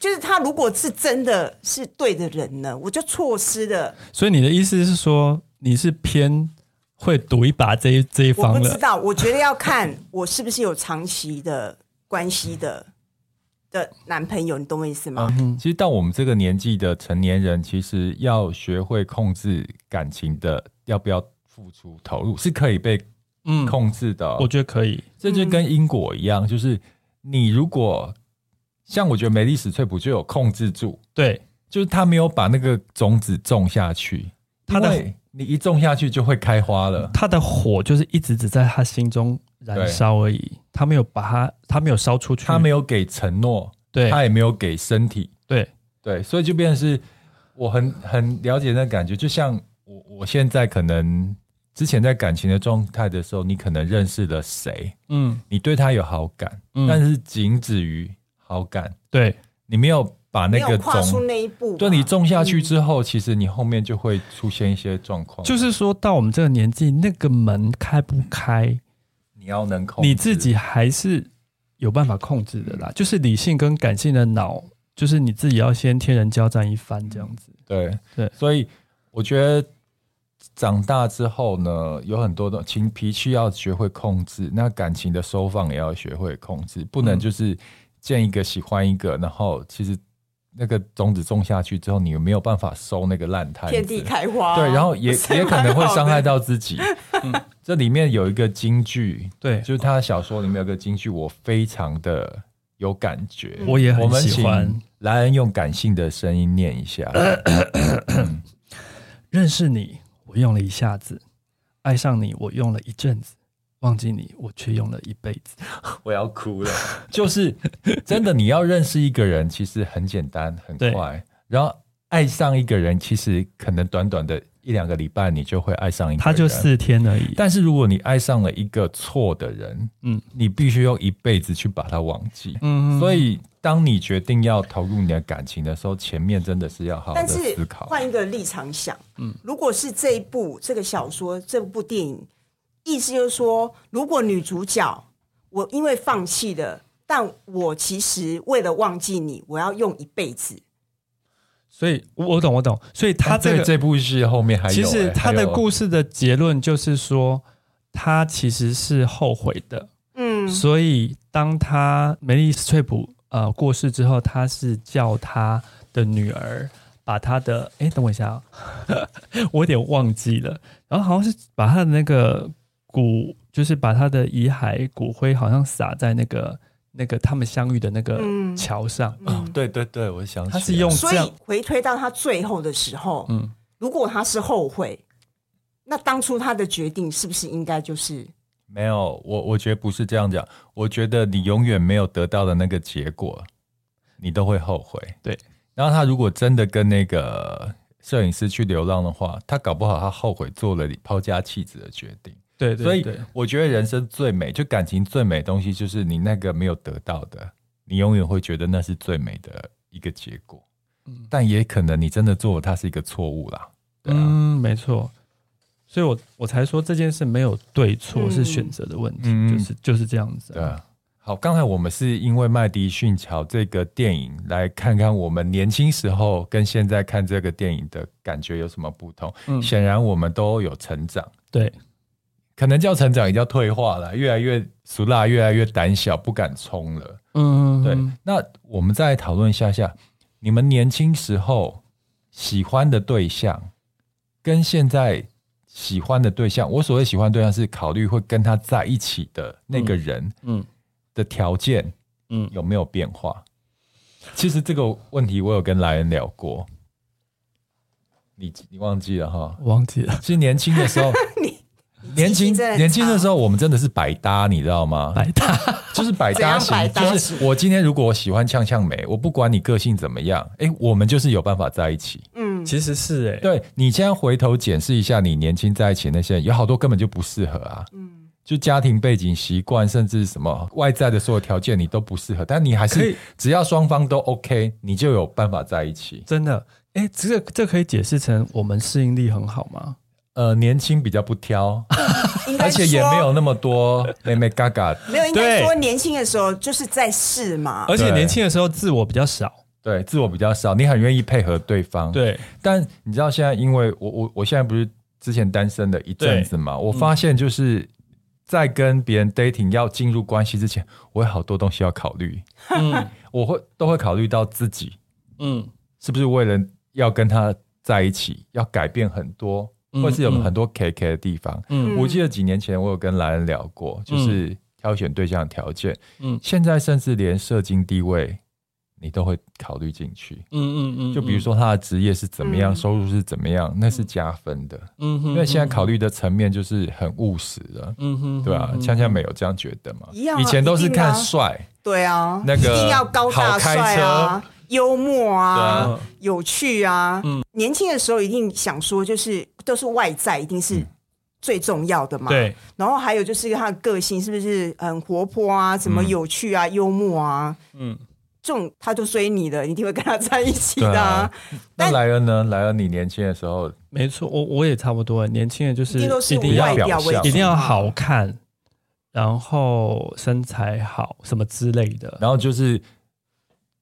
C: 就是她如果是真的是对的人呢，我就错失了。
B: [LAUGHS] 所以你的意思是说，你是偏会赌一把这一这一
C: 我
B: 方
C: 不知
B: 的？
C: 道，我觉得要看我是不是有长期的关系的的男朋友，你懂我意思吗？
A: 其实到我们这个年纪的成年人，其实要学会控制感情的要不要付出投入，是可以被
B: 嗯，
A: 控制的哦、
B: 我觉得可以。
A: 这就跟因果一样，就是你如果像我觉得梅丽史翠普就有控制住，
B: 对，
A: 就是他没有把那个种子种下去，
B: 他的
A: 因为嗯你一种下去就会开花了。
B: 他的火就是一直只在他心中燃烧而已，他没有把它，他没有烧出去，
A: 他没有给承诺，
B: 对
A: 他也没有给身体，
B: 对，
A: 对，所以就变成是我很很了解那感觉，就像我我现在可能之前在感情的状态的时候，你可能认识了谁，
B: 嗯，
A: 你对他有好感，
B: 嗯
A: 但是仅止于好感，
B: 对，
A: 你没有把
C: 没
A: 那个
C: 有跨出
A: 种，
C: 那一嗯步嘛，
A: 对你种下去之后，其实你后面就会出现一些状况，
B: 就是说到我们这个年纪，那个门开不开，
A: 你要能控制
B: 你自己还是有办法控制的啦。就是理性跟感性的脑，就是你自己要先天人交战一番这样子。
A: 对
B: 对
A: 所以我觉得长大之后呢，有很多的情脾气要学会控制，那感情的收放也要学会控制，不能
B: 嗯
A: 就是见一个喜欢一个，然后其实那个种子种下去之后，你没有办法收那个烂摊子，
C: 遍地开花，
A: 对，然后也
C: [LAUGHS] 不是
A: 也可能会
C: 蛮好的嗯
A: 伤害到自己。这里面有一个京剧，
B: 对
A: 就是他的小说里面有个京剧，我非常的有感觉，
B: 我也很
A: 我们
B: 喜欢
A: 请莱恩用感性的声音念一下。
B: 认识你，我用了一下子；爱上你，我用了一阵子；忘记你，我却用了一辈子。
A: 我要哭了。 [LAUGHS] 就是真的，你要认识一个人，其实很简单，很
B: 对
A: 快。然后爱上一个人，其实可能短短的一两个礼拜，你就会爱上一个人。
B: 他就，四天而已。
A: 但是如果你爱上了一个错的人，
B: 嗯
A: 你必须用一辈子去把他忘记。
B: 嗯
A: 所以，当你决定要投入你的感情的时候，前面真的是要好好的
C: 但是
A: 思考。
C: 换一个立场想，嗯，如果是这一部这个小说、这部电影，意思就是说，如果女主角我因为放弃了，但我其实为了忘记你，我要用一辈子。
B: 所以我我懂我懂，所以他
A: 哎
B: 这个、
A: 这部戏后面还有、
B: 其实
A: 哎
B: 他
A: 还
B: 的
A: 有
B: 故事的结论就是说，他其实是后悔的，
C: 嗯，
B: 所以当他梅丽史翠普。呃过世之后，他是叫他的女儿把他的哎，等我一下、哦， [LAUGHS] 我有点忘记了。然后好像是把他的那个骨，就是把他的遗骸骨灰，好像撒在那个那个他们相遇的那个
C: 嗯
B: 桥上。
A: 哦对对对，我想起来
B: 他是用
C: 所
B: 这样
C: 以回推到他最后的时候，
B: 嗯
C: 如果他是后悔，那当初他的决定是不是应该就是 [LAUGHS]
A: 没有我，我觉得不是这样讲。我觉得你永远没有得到的那个结果，你都会后悔。
B: 对，
A: 然后他如果真的跟那个摄影师去流浪的话，他搞不好他后悔做了抛家弃子的决定。
B: 对
A: 所
B: 对
A: 以
B: 对，
A: 我觉得人生最美，就感情最美的东西，就是你那个没有得到的，你永远会觉得那是最美的一个结果。
B: 嗯
A: 但也可能你真的做了它是一个错误啦。对啊，
B: 嗯，没错。所以我我才说这件事没有对错，
C: 嗯
B: 是选择的问题，
A: 嗯
B: 就是就是这样子、
A: 对啊。好，刚才我们是因为《麦迪逊桥》这个电影来看看我们年轻时候跟现在看这个电影的感觉有什么不同。
B: 嗯
A: 显然我们都有成长，
B: 对，
A: 可能叫成长也叫退化了，越来越俗辣，越来越胆小，不敢冲了。
B: 嗯，
A: 对，那我们再讨论一下下，你们年轻时候喜欢的对象跟现在喜欢的对象，我所谓喜欢对象是考虑会跟他在一起的那个人
B: 嗯
A: 的条件
B: 嗯，
A: 有没有变化？其实这个问题我有跟莱恩聊过，你你忘记了哈？
B: 忘记了，
A: 其实年轻的时
C: [LAUGHS]
A: 候，
C: 你
A: 年轻
C: 记性真的很
A: 年轻的
C: 差
A: 时候，我们真的是百搭，你知道吗？
B: 百搭，
A: 就是百
C: 怎
A: 搭
C: 样
A: 型，
C: 百搭
A: 就是
C: 型
A: 我今天如果我喜欢呛呛梅，我不管你个性怎么样，哎、我们就是有办法在一起。
C: 嗯
B: [LAUGHS] 其实是哎、
A: 对你现在回头检视一下，你年轻在一起那些人，有好多根本就不适合啊，
C: 嗯
A: 就家庭背景、习惯，甚至什么外在的所有条件，你都不适合，但你还
B: 可
A: 是
B: 以
A: 只要双方都 OK，你就有办法在一起。
B: 真的，哎、这个这可以解释成我们适应力很好吗？
A: 呃，年轻比较不挑，
C: 应该
A: 而且
C: 说
A: 也没有那么多 [LAUGHS] 妹妹嘎嘎。
C: 没有应该
B: 对
C: 说年轻的时候就是在试嘛，
B: 而且
A: 对
B: 年轻的时候自我比较少，
A: 对，自我比较少，你很愿意配合对方。
B: 对，
A: 但你知道现在，因为我我我现在不是之前单身了一阵子
B: 嗯
A: 嘛，我发现就是在跟别人 dating 要进入关系之前，我有好多东西要考虑，
B: [LAUGHS] 嗯
A: 我会都会考虑到自己
B: 嗯，
A: 是不是为了要跟他在一起，要改变很多，
B: 嗯
A: 或是有很多 KK 的地方。
B: 嗯
A: 我记得几年前我有跟莱恩聊过，就是挑选对象的条件，
B: 嗯
A: 现在甚至连社经地位你都会考虑进去。
B: 嗯嗯嗯，
A: 就比如，说他的职业是怎么样，
C: 嗯
A: 收入是怎么样，那是加分的。
B: 嗯哼
A: 因为现在考虑的层面就是很务实了，
B: 嗯哼
A: 对吧、啊？
B: 像
A: 恰恰没有这样觉得嘛。
C: 一样啊
A: 以前都是
C: 一定啊
A: 看帅，
C: 对啊，
A: 那个
C: 一定要高大帅
A: 好
C: 啊，幽默
A: 对
C: 啊
B: 啊，
C: 有趣啊。
B: 嗯
C: 年轻的时候一定想说，就是都是外在，一定是最重要的嘛。。
B: 对，
C: 然后还有就是他的个性是不是很活泼啊，怎么
A: 嗯
C: 有趣啊，幽默啊，
B: 嗯，
C: 这种他就追你的，你一定会跟他在一起
A: 对
C: 的、
A: 啊。那
C: 但
A: 莱恩呢？莱恩，你年轻的时候，
B: 没错，我我也差不多，年轻人啊就是
C: 一定都是
B: 一定
A: 要
C: 外表为主嘛，
B: 一定要好看，然后身材好什么之类的。
A: 然后就是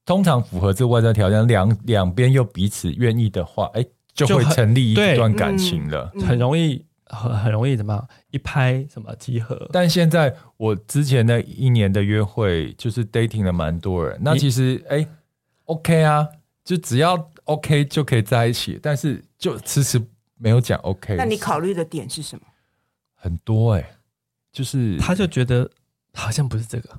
A: 通常符合这外在条件，两两边又彼此愿意的话，哎、就
B: 就
A: 会
B: 很
A: 成立一
B: 对
A: 段感情了。
C: 嗯
B: 很容易很很容易怎么样一拍什么集合，
A: 但现在我之前那一年的约会，就是 dating 了蛮多人。那
B: 你
A: 其实哎、o k 啊，就只要 OK 就可以在一起，但是就迟迟没有讲 OK。
C: 那你考虑的点是什么？
A: 很多哎、就是
B: 他就觉得好像不是这个，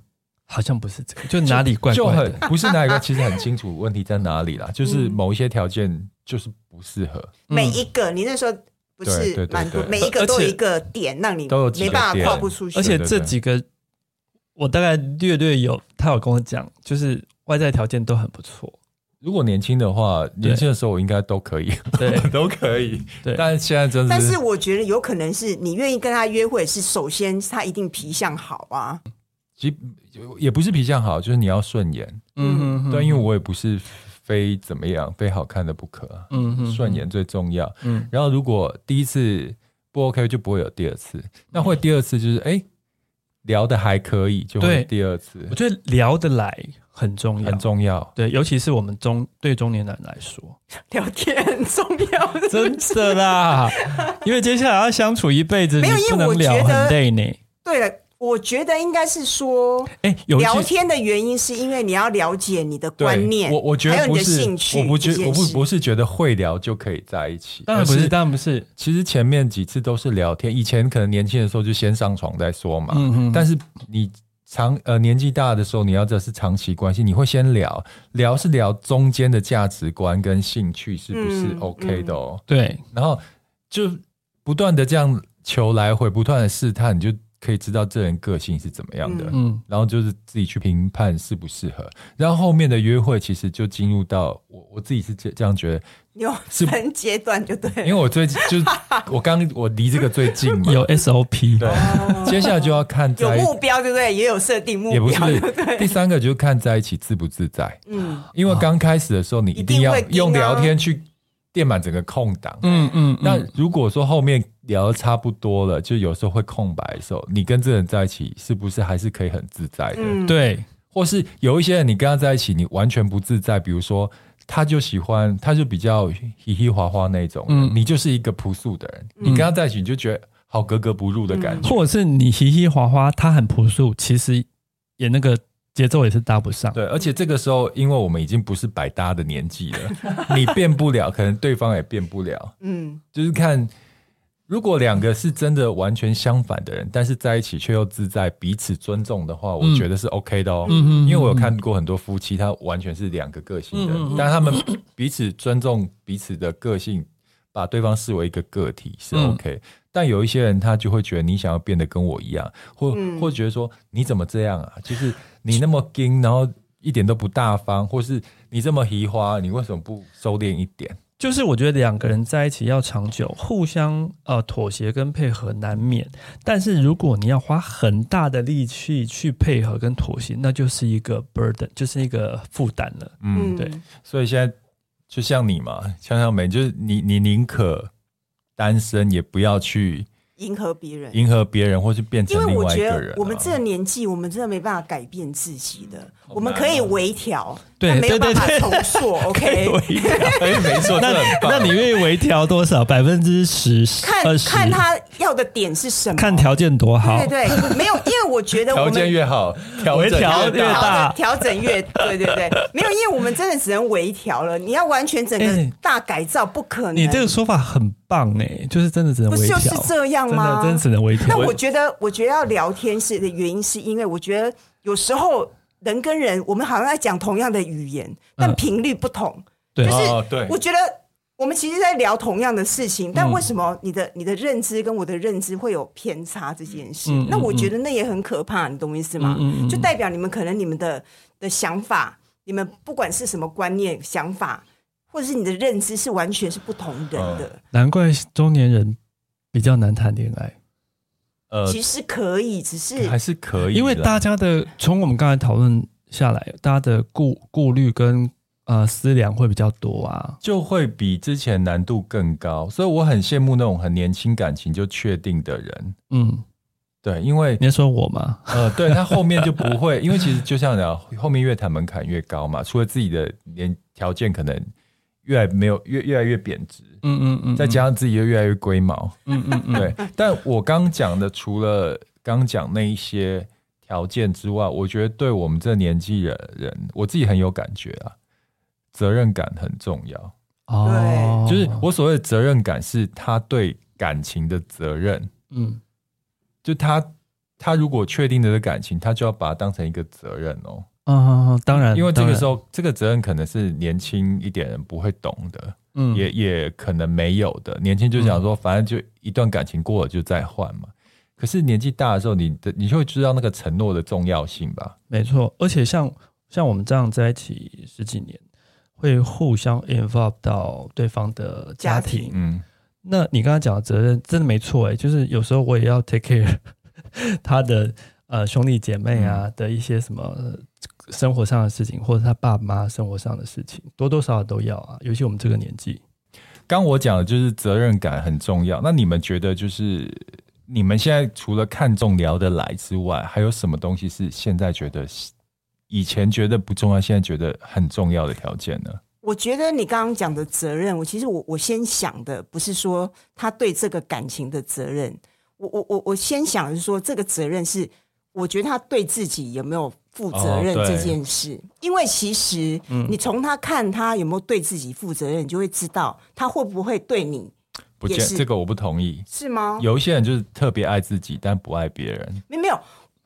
B: 好像不是这个，就哪里怪
A: 就
B: 怪
A: 很
B: 的。
A: 不是那一个，其实很清楚问题在哪里啦，就是
C: 嗯
A: 某一些条件就是不适合，
B: 嗯
C: 每一个，你那时候不
A: 对对
C: 是
A: 对
C: 蛮多，
A: 对
C: 每一个都
B: 而
C: 有
B: 且
C: 一个点让你
A: 都有几个
C: 没办法
A: 点
C: 跨不出去，啊
B: 而且
A: 对对
B: 这几个我大概略略有，他有跟我讲，就是外在条件都很不 [LAUGHS] 错，
A: 如果年轻的话，年轻的时候我应该都可
B: [LAUGHS]
A: 以，
B: 对
A: 都可以。
B: 对
A: 但是现在真的
C: 但
A: 是
C: 是我觉得有可能是你愿意跟他约会，是首先他一定皮相好啊， [LAUGHS]
A: 其实也不是脾气好，就是你要顺眼。
B: 嗯哼，
A: 对，因为我也不是非怎么样，非好看的不可啊，
B: 嗯哼
A: 顺眼最重要。
B: 嗯
A: 然后如果第一次不 OK，就不会有第二次。那会第二次就是哎、聊的还可以，就会
B: 对
A: 第二次
B: 我，觉得聊得来很重要，
A: 很重要。
B: 对，尤其是我们中对中年人来说，
C: 聊天很重要。
B: [LAUGHS] 真 [LAUGHS] 的啦，因为接下来要相处一辈子，
C: 没有
B: 你
C: 因为
B: 不能
C: 我
B: 聊
C: 觉得
B: 很累呢。
C: [LAUGHS] 对了，我觉得应该是说，
A: 哎，有一些
C: 聊天的原因是因为你要了解你的
A: 对
C: 观念，
A: 我我觉
C: 还
A: 得
C: 有
A: 不
C: 你的
A: 是，
C: 兴趣，
A: 我不觉
C: 这件
A: 我不
C: 事
A: 不是觉得会聊就可以在一起，
B: 当然不
A: 而
B: 是，当然不是，
A: 其实前面几次都是聊天，以前可能年轻的时候就先上床再说嘛。但是你长呃年纪大的时候，你要这是长期关系，你会先聊聊是聊中间的价值观跟兴趣是不是
C: 嗯
A: OK 的哦。
B: 对，
A: 然后就不断的这样求来回，不断的试探，你就可以知道这人个性是怎么样的。
B: 嗯，
A: 然后就是自己去评判适不适合，然后后面的约会其实就进入到我我自己是这这样觉得，
C: 有
A: 是
C: 分阶段就对
A: 因为
C: 了。
A: 我最近就是我刚我离这个最近嘛，
B: 有 SOP，
A: 对，接下来就要看
C: 有
A: 在
C: 目标，对不对？也有设定目
A: 也不
C: 标，
A: 是
C: 对不对？
A: 第三个，就是看在一起自不自在。嗯，因为刚开始的时候，你嗯一定要
C: 一定会盯啊
A: 用聊天去填满整个空档。
B: 嗯嗯，
A: 那如果说后面聊得差不多了，就有时候会空白的时候，你跟这个人在一起是不是还是可以很自在的？
C: 嗯
B: 对，
A: 或是有一些人你跟他在一起，你完全不自在，比如说。他就喜欢，他就比较嘻嘻滑滑那种，
B: 嗯
A: 你就是一个朴素的人，你跟他在一起你就觉得好格格不入的感觉，
B: 或者是你嘻嘻哈哈，他很朴素，其实也那个节奏也是搭不上。
A: 对，而且这个时候，因为我们已经不是百搭的年纪了，你变不了，可能对方也变不了。
C: 嗯，
A: 就是看，如果两个是真的完全相反的人，但是在一起却又自在、彼此尊重的话，我觉得是 OK 的哦。
B: 嗯嗯嗯
A: 因为我有看过很多夫妻，他完全是两个个性的人，
B: 嗯嗯嗯
A: 但他们彼此尊重彼此的个性，把对方视为一个个体是
B: 嗯
A: OK。但有一些人，他就会觉得你想要变得跟我一样，或、
B: 嗯
A: 或觉得说你怎么这样啊？就是你那么硬，然后一点都不大方，或是你这么移花，你为什么不收敛一点？
B: 就是我觉得两个人在一起要长久，互相呃妥协跟配合难免，但是如果你要花很大的力气去配合跟妥协，那就是一个 burden，就是一个负担了。
A: 嗯
C: 嗯
B: 对，
A: 所以现在就像你嘛，像像美，就是你你宁可单身，也不要去
C: 迎合别人。
A: 迎合别人，或是变
C: 因
A: 成
C: 为
A: 另
C: 我
A: 外一
C: 觉
A: 个人啊、
C: 得我们这
A: [LAUGHS]
C: 个年纪，我们真的没办法改变自己的，我们
A: 难
C: 可以
A: 哦
C: 微调，
B: 对
C: 但没有
B: 对对
C: 办法
B: 对 [LAUGHS]
C: 重塑。OK，
B: 微调，
A: 哎，没错，
B: 那
A: 这很棒
B: 那你愿意微调多少？百分之十、
C: 看
B: 二十？
C: 看他要的点是什么，
B: 看条件多好，
C: 对
B: [LAUGHS]
C: 对对，没有，因为我觉得
A: 条
C: 我
A: 件
C: 们。
A: 越好，调整
B: 调
A: 越
B: 越
A: 大。
B: 大
C: 调整越对对对，没有，因为我们真的只能微调了。你要完全整
B: 哎
C: 个大改造不可能。
B: 你这个说法很棒哎、就是真的只能微调，
C: 不是就是这样
B: 真
C: 吗
B: 的真的只能微调。
C: 那我觉得，我觉得要聊天是的原因，是因为我觉得有时候人跟人，我们好像在讲同样的语言，但频率不同。
B: 嗯对嗯
C: 就是、
A: 哦对
C: 我觉得我们其实在聊同样的事情，但为什么你的、你的认知跟我的认知会有偏差这件事？
B: 嗯嗯
C: 那我觉得那也很可怕，你懂我意思吗？
B: 嗯嗯嗯
C: 就代表你们可能你们的的想法，你们不管是什么观念、想法，或者是你的认知是完全是不同人的。
B: 难怪中年人比较难谈恋爱，
A: 呃，
C: 其实可以，只是
A: 还是可以啦，
B: 因为大家的从我们刚才讨论下来，大家的顾顾虑跟呃思量会比较多啊。
A: 就会比之前难度更高，所以我很羡慕那种很年轻感情就确定的人。
B: 嗯，
A: 对，因为
B: 你在说我吗？
A: 呃，对他后面就不会， [LAUGHS] 因为其实就像讲，后面越谈门槛越高嘛，除了自己的年条件可能越来没有越越来越贬值，
B: 嗯嗯嗯，
A: 再加上自己又越来越龟毛，
B: 嗯嗯嗯，
A: 对。但我刚讲的，除了刚讲那一些条件之外，我觉得对我们这年纪的人，我自己很有感觉啊，责任感很重要。
B: 哦，
A: 就是我所谓的责任感，是他对感情的责任，
B: 嗯
A: 就他他如果确定了的感情，他就要把它当成一个责任哦。
B: 啊，当然，
A: 因为这
B: 当
A: 个
B: 然
A: 时候，这个责任可能是年轻一点人不会懂的，
B: 嗯
A: 也也可能没有的。年轻就想
C: 嗯
A: 说，反正就一段感情过了就再换嘛。可是年纪大的时候，你的你就会知道那个承诺的重要性吧？
B: 没错，而且像像我们这样在一起十几年，会互相 involve 到对方的家庭。
C: 家庭
A: 嗯，
B: 那你刚刚讲的责任真的没错哎，就是有时候我也要 take care [LAUGHS] 他的呃兄弟姐妹啊的一些什么呃生活上的事情，或者他爸妈生活上的事情，多多少少都要啊。尤其我们这个年纪，
A: 刚我讲的就是责任感很重要。那你们觉得，就是你们现在除了看重聊得来之外，还有什么东西是现在觉得以前觉得不重要，现在觉得很重要的条件呢？
C: 我觉得你刚刚讲的责任，我其实我我先想的不是说他对这个感情的责任，我我我我先想的是说这个责任是我觉得他对自己有没有负责任
A: 哦对嗯
C: 这件事，因为其实你从他看他有没有对自己负责任，你就会知道他会不会对你，
A: 不
C: 也
A: 见
C: 是
A: 这个我不同意。
C: 是吗？
A: 有一些人就是特别爱自己，但不爱别人。
C: 没没有，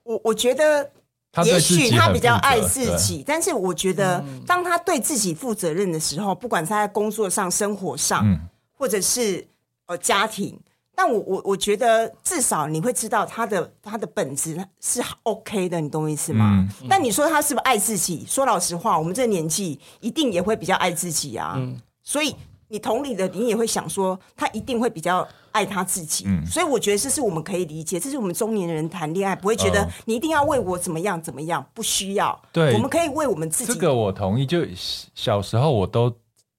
C: 我我觉得
A: 他对
C: 也
A: 自己
C: 许他
A: 很
C: 比较
A: 负责
C: 爱自，己，但是我觉得，当他对自己负责任的时候，不管是他在工作上、生活上，
A: 嗯
C: 或者是呃家庭，但我我我觉得至少你会知道他的他的本质是 OK 的，你懂我意思吗？
A: 嗯
C: 但你说他是不是爱自己？说老实话，我们这个年纪一定也会比较爱自己啊，所以。你同理的，你也会想说，他一定会比较爱他自己，
A: 嗯
C: 所以我觉得这是我们可以理解，这是我们中年人谈恋爱不会觉得
A: 嗯
C: 你一定要为我怎么样怎么样，不需要。
A: 对
C: 我们可以为我们自己。
A: 这个我同意。就小时候我都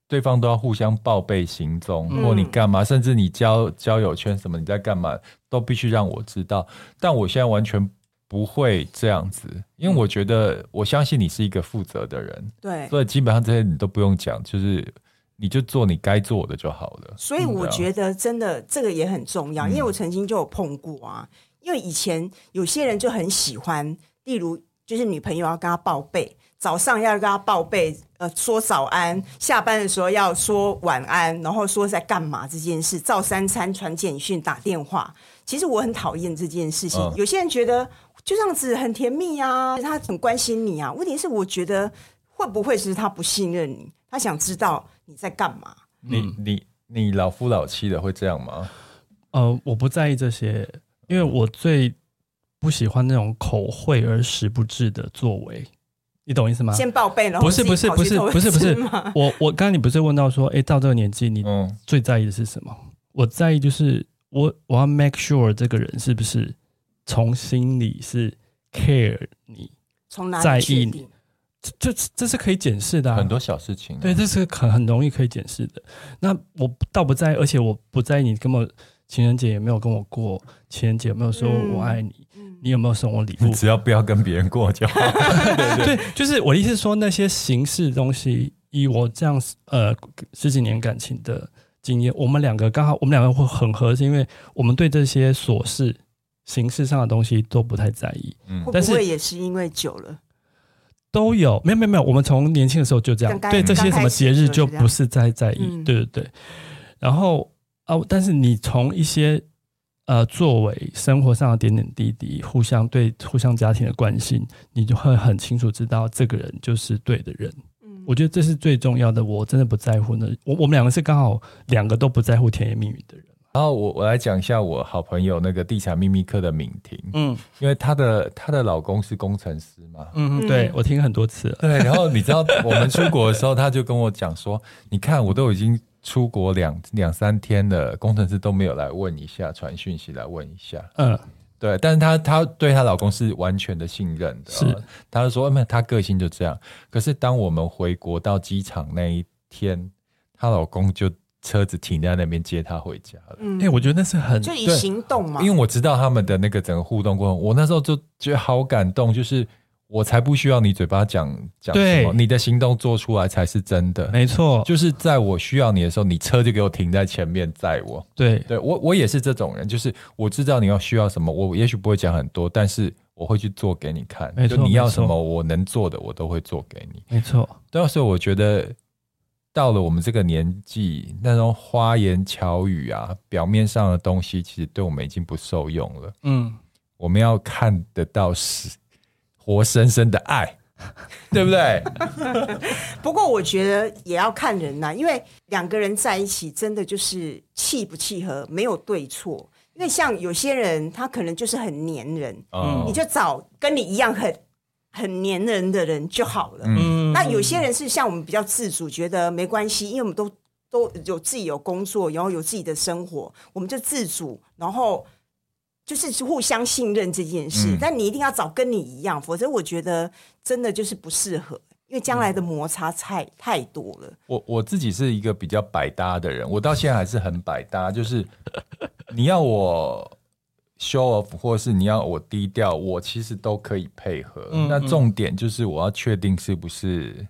A: 对方都要互相报备行踪，
C: 嗯
A: 或你干嘛，甚至你交交友圈什么你在干嘛，都必须让我知道。但我现在完全不会这样子，因为我觉得我相信你是一个负责的人，
C: 对，
A: 所以基本上这些你都不用讲，就是你就做你该做的嗯啊就好了。
C: 所以我觉得真的这个也很重
A: 嗯
C: 要，因为我曾经就有碰过啊，因为以前有些人就很喜欢，例如就是女朋友要跟他报备，早上要跟他报备，呃，说早安，下班的时候要说晚安，然后说在干嘛这件事，照三餐传简讯、打电话。其实我很讨厌这件事情，
A: 嗯
C: 有些人觉得就这样子很甜蜜啊，他很关心你啊，问题是我觉得会不会是他不信任你，他想知道你在干嘛。
A: 你
B: 嗯
A: 你你老夫老妻的会这样吗？
B: 呃，我不在意这些，因为我最不喜欢那种口惠而实不至的作为，你懂意思吗？
C: 先报备，然后
B: 啊不是
C: 自己
B: 不是
C: 跑
B: 不
C: 去
B: 是
C: 投
B: 不是不
C: 资
B: 是
C: 吗，
B: 我我刚刚你不是问到说，哎、到这个年纪你
A: 嗯，
B: 最在意的是什么？我在意就是我我要 make sure 这个人是不是从心里是 care 你，
C: 从哪
B: 在
C: 里确
B: 意
C: 定？
B: 这这这是可以检视的、啊，
A: 很多小事情啊、
B: 对，这是很很容易可以检视的。那我倒不在意，而且我不在意你跟我情人节也没有跟我过，情人节有没有说
C: 嗯
B: 我爱你，
C: 嗯
B: 你有没有送我礼物
A: 你？只要不要跟别人过
B: [LAUGHS]
A: 就好。
B: 对，就是我的意思是说，那些形式的东西，以我这样呃十几年感情的经验，我们两个刚好，我们两个会很合，是因为我们对这些琐事、形式上的东西都不太在意，
A: 嗯
C: 会
B: 但
C: 不
B: 是
C: 会也是因为久了？
B: 都有。没有没有没有，我们从年轻的时候就这样，
C: 刚刚
B: 对这些什么节日就不是在在意，
C: 嗯
B: 对对对。然后啊，但是你从一些呃作为生活上的点点滴滴，互相对互相家庭的关心，你就会很清楚知道这个人就是对的人。
C: 嗯
B: 我觉得这是最重要的。我真的不在乎呢。我我们两个是刚好两个都不在乎甜言蜜语的人。
A: 然后我我来讲一下我好朋友那个地产秘密课的敏婷，
B: 嗯
A: 因为她的她的老公是工程师嘛。
B: 嗯，对我听很多次了。
A: 对，然后你知道 [LAUGHS] 我们出国的时候，她就跟我讲说：“你看，我都已经出国两两三天了，工程师都没有来问一下，传讯息来问一下。
B: 嗯，”
A: 对，但是她她对她老公是完全的信任的，
B: 是，
A: 她就说：“那她个性就这样。”可是当我们回国到机场那一天，她老公就车子停在那边接她回家了。
B: 哎、我觉得那是很
C: 嗯就以
A: 对
C: 行动嘛，
A: 因为我知道他们的那个整个互动过程，我那时候就觉得好感动，就是我才不需要你嘴巴讲讲什么，
B: 对
A: 你的行动做出来才是真的。
B: 没错，
A: 就是在我需要你的时候，你车就给我停在前面载我。
B: 对
A: 对我，我也是这种人，就是我知道你要需要什么，我也许不会讲很多，但是我会去做给你看。
B: 没
A: 就
B: 错
A: 你要
B: 没错
A: 什么，我能做的我都会做给你。
B: 没错，
A: 对啊，所以我觉得到了我们这个年纪，那种花言巧语啊，表面上的东西，其实对我们已经不受用了。
B: 嗯，
A: 我们要看得到是活生生的爱， [LAUGHS] 对不对？
C: 不过我觉得也要看人呐、因为两个人在一起真的就是契不契合，没有对错。因为像有些人，他可能就是很黏人，
B: 哦
A: 嗯，
C: 你就找跟你一样很很黏人的人就好了。
B: 嗯
C: 那有些人是像我们比较自主，觉得没关系，因为我们都都有自己有工作，然后有自己的生活，我们就自主，然后就是互相信任这件事。
A: 嗯
C: 但你一定要找跟你一样，否则我觉得真的就是不适合，因为将来的摩擦太太多了。
A: 我我自己是一个比较百搭的人，我到现在还是很百搭，就是你要我 show off，或是你要我低调，我其实都可以配合。
B: 嗯
A: 那重点就是我要确定是不是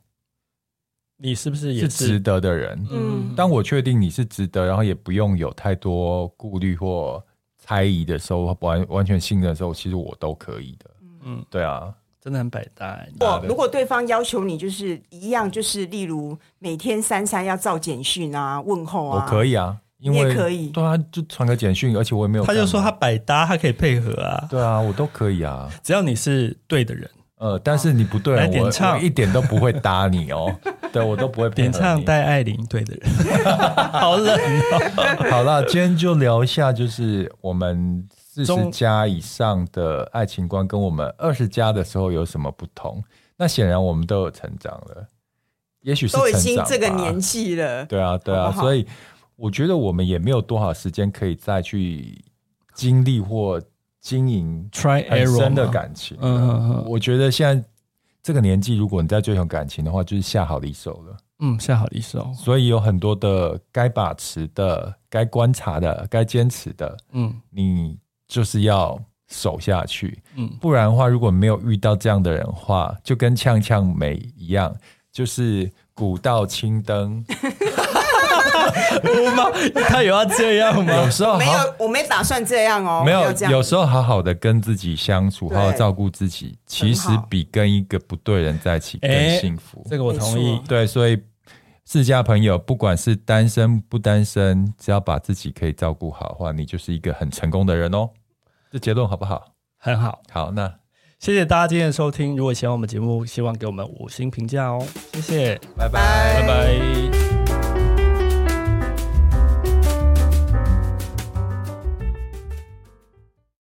B: 你是不是也
A: 是值
B: 是？
A: 得的人。
C: 嗯
A: 当我确定你是值得，然后也不用有太多顾虑或猜疑的时候，完完全信任的时候，其实我都可以的。嗯，对啊，
B: 真的很百搭欸。
C: 我如果对方要求你就是一样，就是例如每天三餐要照简讯啊、问候
A: 我
C: 啊，
A: 可以啊，因
C: 你也
A: 为
C: 可以
A: 对啊，就传个简讯，而且我也没有
B: 他
A: 干嘛，
B: 就说他百搭，他可以配合啊，
A: 对啊，我都可以啊。
B: 只要你是对的人。
A: 呃，但是你不对，
B: 来点
A: 我
B: 唱
A: 我一点都不会搭你
B: [LAUGHS]
A: 哦，对我都不会配合
B: 点唱
A: 你
B: 戴爱玲对的人， [LAUGHS] 好冷哦。
A: 好了，今天就聊一下，就是我们四十
B: 中
A: 加以上的爱情观跟我们二十加的时候有什么不同？那显然我们都有成长了，也许是
C: 都已
A: 成
C: 经
A: 长
C: 这个
A: 吧
C: 年纪了，
A: 对啊，对啊，
C: 好不好
A: 所以我觉得我们也没有多少时间可以再去经历或经营
B: Try
A: 很
B: error
A: 深的
B: 嘛
A: 感情。啊
B: 嗯嗯嗯
A: 我觉得现在这个年纪，如果你在追求感情的话，就是下好离手了。
B: 嗯，下好离手。
A: 所以有很多的该把持的、该观察的、该坚持的，
B: 嗯
A: 你就是要守下去。
B: 嗯，
A: 不然的话，如果没有遇到这样的人的话，就跟呛呛梅一样，就是古道青灯，
B: 不吗？他有要这样吗
A: 有？时候
C: 没有
A: 啊好。，
C: 我没打算这样哦，
A: 没
C: 有
A: 有
C: 这，样，
A: 有时候好好的跟自己相处，
C: 对
A: 好好照顾自己，其实比跟一个不对人在一起更
B: 哎
A: 幸福。
B: 这个我同意
C: 没。
A: 对，所以世家朋友，不管是单身不单身，只要把自己可以照顾好的话，你就是一个很成功的人哦。这结论好不好？
B: 很好，
A: 好，那
B: 谢谢大家今天的收听。如果喜欢我们节目，希望给我们五星评价哦，谢谢，
A: 拜
B: 拜
C: 拜
B: 拜